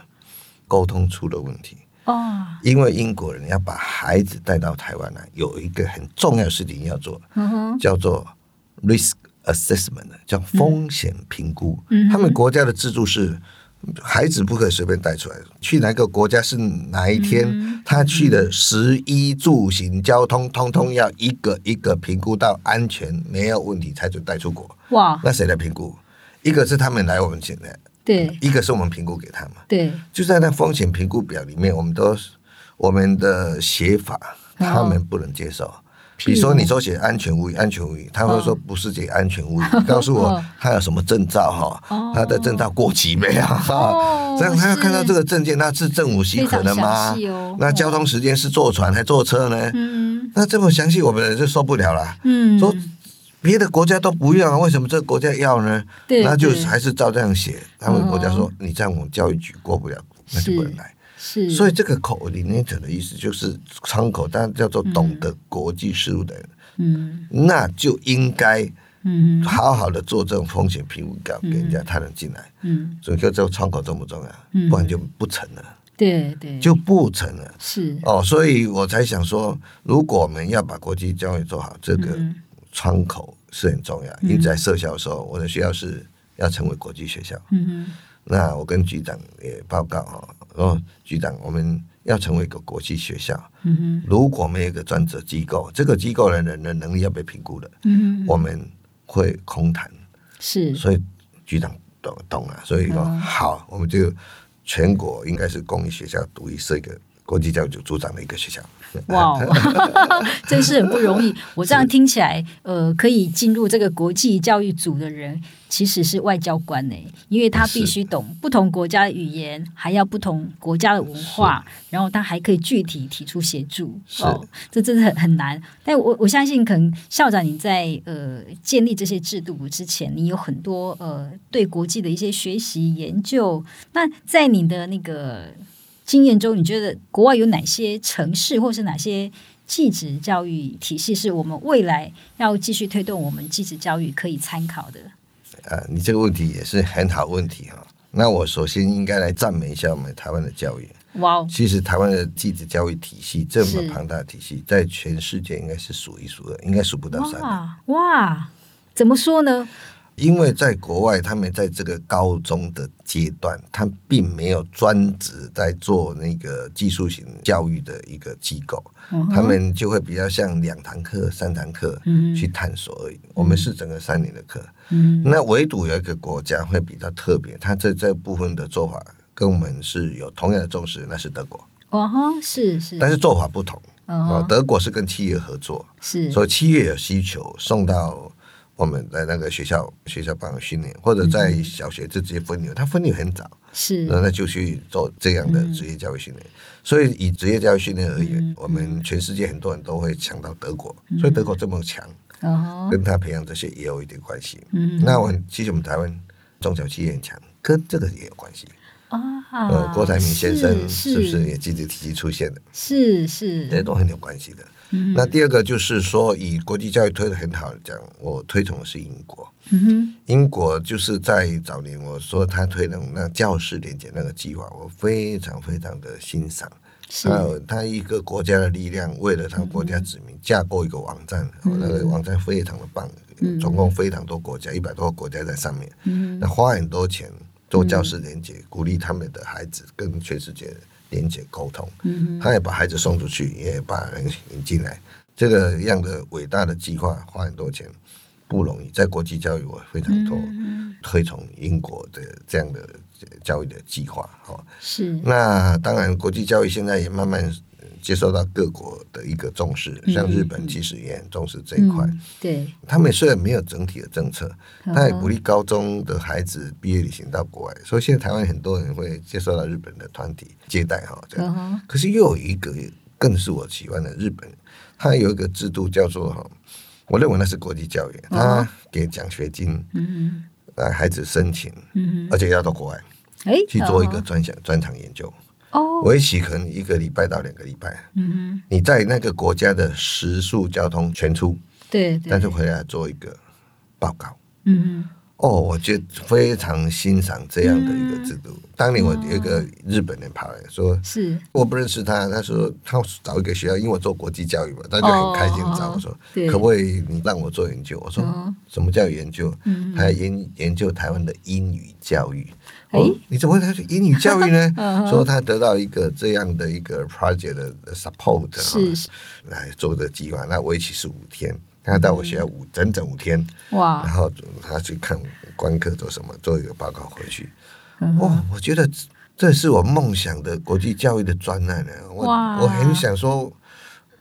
S3: 沟通出了问题。
S2: 哦，
S3: 因为英国人要把孩子带到台湾来，有一个很重要的事情要做，
S2: 嗯哼，
S3: 叫做 risk assessment，叫风险评估。
S2: 嗯
S3: 他们国家的制度是，孩子不可以随便带出来，去哪个国家是哪一天，
S2: 嗯
S3: 他去的食衣住行交通，通通要一个一个评估到安全没有问题才准带出国。
S2: 哇，
S3: 那谁来评估？一个是他们来我们现在，
S2: 对
S3: 一个是我们评估给他们。
S2: 对，
S3: 就在那风险评估表里面，我们都我们的写法，他们不能接受。比如说，你说写安全无虞，安全无虞，他会说不是写安全无虞，你告诉我
S2: 哦
S3: 他有什么证照
S2: 哦
S3: 哈，他的证照过期没有？
S2: 哦
S3: 啊这样他要看到
S2: 是
S3: 这个证件，那是政府许可的吗
S2: 非常详细哦？
S3: 那交通时间是坐船还坐车呢？
S2: 嗯
S3: 那这么详细，我们就受不了了。
S2: 嗯，
S3: 说别的国家都不要，为什么这个国家要呢？
S2: 对
S3: 那就
S2: 对
S3: 还是照这样写。他们国家说
S2: 哦
S3: 你这样我们教育局过不了，那就不能来。
S2: 是，
S3: 所以这个 coordinator 的意思就是窗口，但叫做懂得国际事务的人，
S2: 嗯
S3: 那就应该
S2: 嗯
S3: 好好的做这种风险评估表给人家，他能进来。
S2: 嗯，
S3: 所以就这个窗口重不重
S2: 嗯
S3: 要？不然就不成了，
S2: 对对，
S3: 就不成了。
S2: 是
S3: 哦，所以我才想说，如果我们要把国际教育做好，这个
S2: 嗯
S3: 窗口是很重要。因此，在社校的时候，我的学校是要成为国际学校。
S2: 嗯哼
S3: 那我跟局长也报告哈，然后局长，我们要成为一个国际学校，
S2: 嗯哼
S3: 如果没有一个专责机构，这个机构的人的能力要被评估的，
S2: 嗯哼，
S3: 我们会空谈。
S2: 是
S3: 所以局长懂懂啊，所以说
S2: 嗯
S3: 好，我们就全国应该是公立学校独立设一个国际教育组组长的一个学校。
S2: 哇，哦，真是很不容易。我这样听起来，呃，可以进入这个国际教育组的人，其实是外交官呢、因为他必须懂不同国家的语言，还要不同国家的文化，然后他还可以具体提出协助。
S3: 是
S2: 哦，这真的很很难。但我我相信，可能校长你在呃建立这些制度之前，你有很多呃对国际的一些学习研究。那在你的那个经验中，你觉得国外有哪些城市或是哪些技职教育体系是我们未来要继续推动我们技职教育可以参考的？
S3: 啊，你这个问题也是很好问题哈、啊那我首先应该来赞美一下我们台湾的教育。
S2: 哇哦，
S3: 其实台湾的继职教育体系这么
S2: 是
S3: 庞大的体系，在全世界应该是数一数二，应该数不到三的。
S2: 哇哇，怎么说呢？
S3: 因为在国外，他们在这个高中的阶段，他并没有专职在做那个技术型教育的一个机构，
S2: 嗯哼
S3: 他们就会比较像两堂课、三堂课
S2: 嗯
S3: 去探索而已。我们是整个三年的课，
S2: 嗯
S3: 那唯独有一个国家会比较特别，它在这部分的做法跟我们是有同样的重视，那是德国，
S2: 哦哈，是是，
S3: 但是做法不同。
S2: 嗯哦
S3: 哦，
S2: 哼
S3: 德国是跟企业合作，
S2: 是
S3: 所以企业有需求送到我们的那个学校学校帮忙训练，或者
S2: 嗯
S3: 在小学就直接分流，他分流很早，
S2: 是
S3: 然后他就去做这样
S2: 嗯
S3: 的职业教育训练。所以以职业教育训练而言，我
S2: 嗯
S3: 们全世界很多人都会想到德国，所以德国这么强，
S2: 哦
S3: 跟他培养这些也有一点关系。
S2: 嗯
S3: 那我很其实我们台湾中小企业很强，跟这个也有关系。
S2: 啊，
S3: 呃，郭台铭先生
S2: 是
S3: 是不是也积极提及出现了？
S2: 是
S3: 这
S2: 是
S3: 都很有关系的。
S2: 嗯
S3: 那第二个就是说，以国际教育推的很好讲，我推崇的是英国。
S2: 嗯哼
S3: 英国就是在早年我说他推动那教师联结那个计划，我非常非常的欣赏。
S2: 是
S3: 还有他一个国家的力量，为了他国家子
S2: 嗯
S3: 民架构一个网站，哦那个网站非常的棒，总共非常多国家，一百多个国家在上面，
S2: 嗯
S3: 那花很多钱做教师联结，鼓励他们的孩子跟全世界连接沟通。
S2: 嗯
S3: 他也把孩子送出去，也把人引进来，这个样的伟大的计划花很多钱，不容易。在国际教育，我非常多
S2: 嗯
S3: 推崇英国的这样的教育的计划。哦，
S2: 是
S3: 那当然，国际教育现在也慢慢呃接受到各国的一个重视，像日本其实也很重视这一块。
S2: 嗯对
S3: 他们虽然没有整体的政策，
S2: 嗯哼
S3: 他也鼓励高中的孩子毕业旅行到国外，所以现在台湾很多人会接受到日本的团体接待哈。这样
S2: 嗯哼
S3: 可是又有一个更是我喜欢的日本，它有一个制度叫做哈，我认为那是国际教育，它给奖学金
S2: 嗯
S3: 让孩子申请，
S2: 嗯哼
S3: 而且要到国外
S2: 哎
S3: 去做一个
S2: 嗯
S3: 专项专场研究，
S2: 哦
S3: 为期可能一个礼拜到两个礼拜。
S2: 嗯
S3: 你在那个国家的食宿交通全出，
S2: 哼对对
S3: 但是回来做一个报告。
S2: 嗯哼
S3: 哦，我觉得非常欣赏这样的一个制度。当年我有一个日本人跑来说，
S2: 是
S3: 我不认识他，他说他找一个学校，因为我做国际教育嘛，他就
S2: 哦
S3: 很开心地找我说，
S2: 对
S3: 可不可以你让我做研究？我说、
S2: 哦
S3: 什么叫研究？
S2: 嗯
S3: 他研研究台湾的英语教育。
S2: 诶
S3: 哦，你怎么会他英语教育
S2: 哎 <laughs> 嗯
S3: 呢？
S2: 哼
S3: 说他得到一个这样的一个 project 的 support，
S2: 是
S3: 哦来做的计划，那为期是五天。他到我学校五整整五天，然
S2: 哇，
S3: 后他去看观课做什么，做一个报告回去。
S2: 嗯
S3: 哇，我觉得这是我梦想的国际教育的专案呢、我
S2: 哇
S3: 我很想说，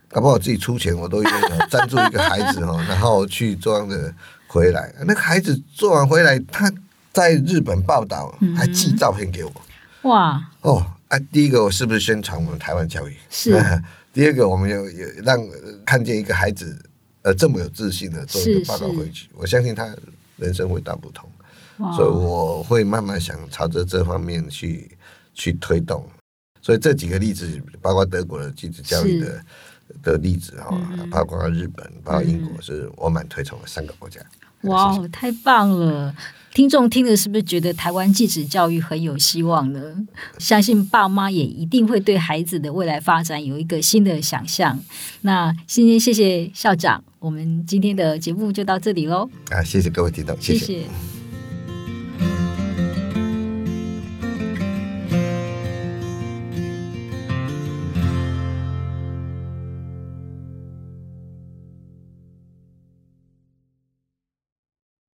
S3: 搞不好自己出钱，我都愿意哦赞助一个孩子
S2: <laughs>
S3: 哦，然后去做样的回来。那个孩子做完回来，他在日本报道，
S2: 嗯
S3: 还寄照片给我。
S2: 哇，
S3: 哦，啊，第一个我是不是宣传我们台湾教育？
S2: 是
S3: 第二个，我们有有让呃看见一个孩子，呃，这么有自信的做一
S2: 是
S3: 个报告
S2: 是哦
S3: 回去，我相信他人生会大不同。
S2: 哇
S3: <laughs> 所以我会慢慢想朝着这方面去去推动。所以这几个例子，包括德国的继子教育的的例子哈、
S2: 嗯
S3: 包括日本，包括英国，是我蛮推崇的三个国家。
S2: 哇哦，太棒了！听众听了是不是觉得台湾继职教育很有希望呢？相信爸妈也一定会对孩子的未来发展有一个新的想象。那今天谢谢校长，我们今天的节目就到这里喽，
S3: 啊，谢谢各位听众，谢
S2: 谢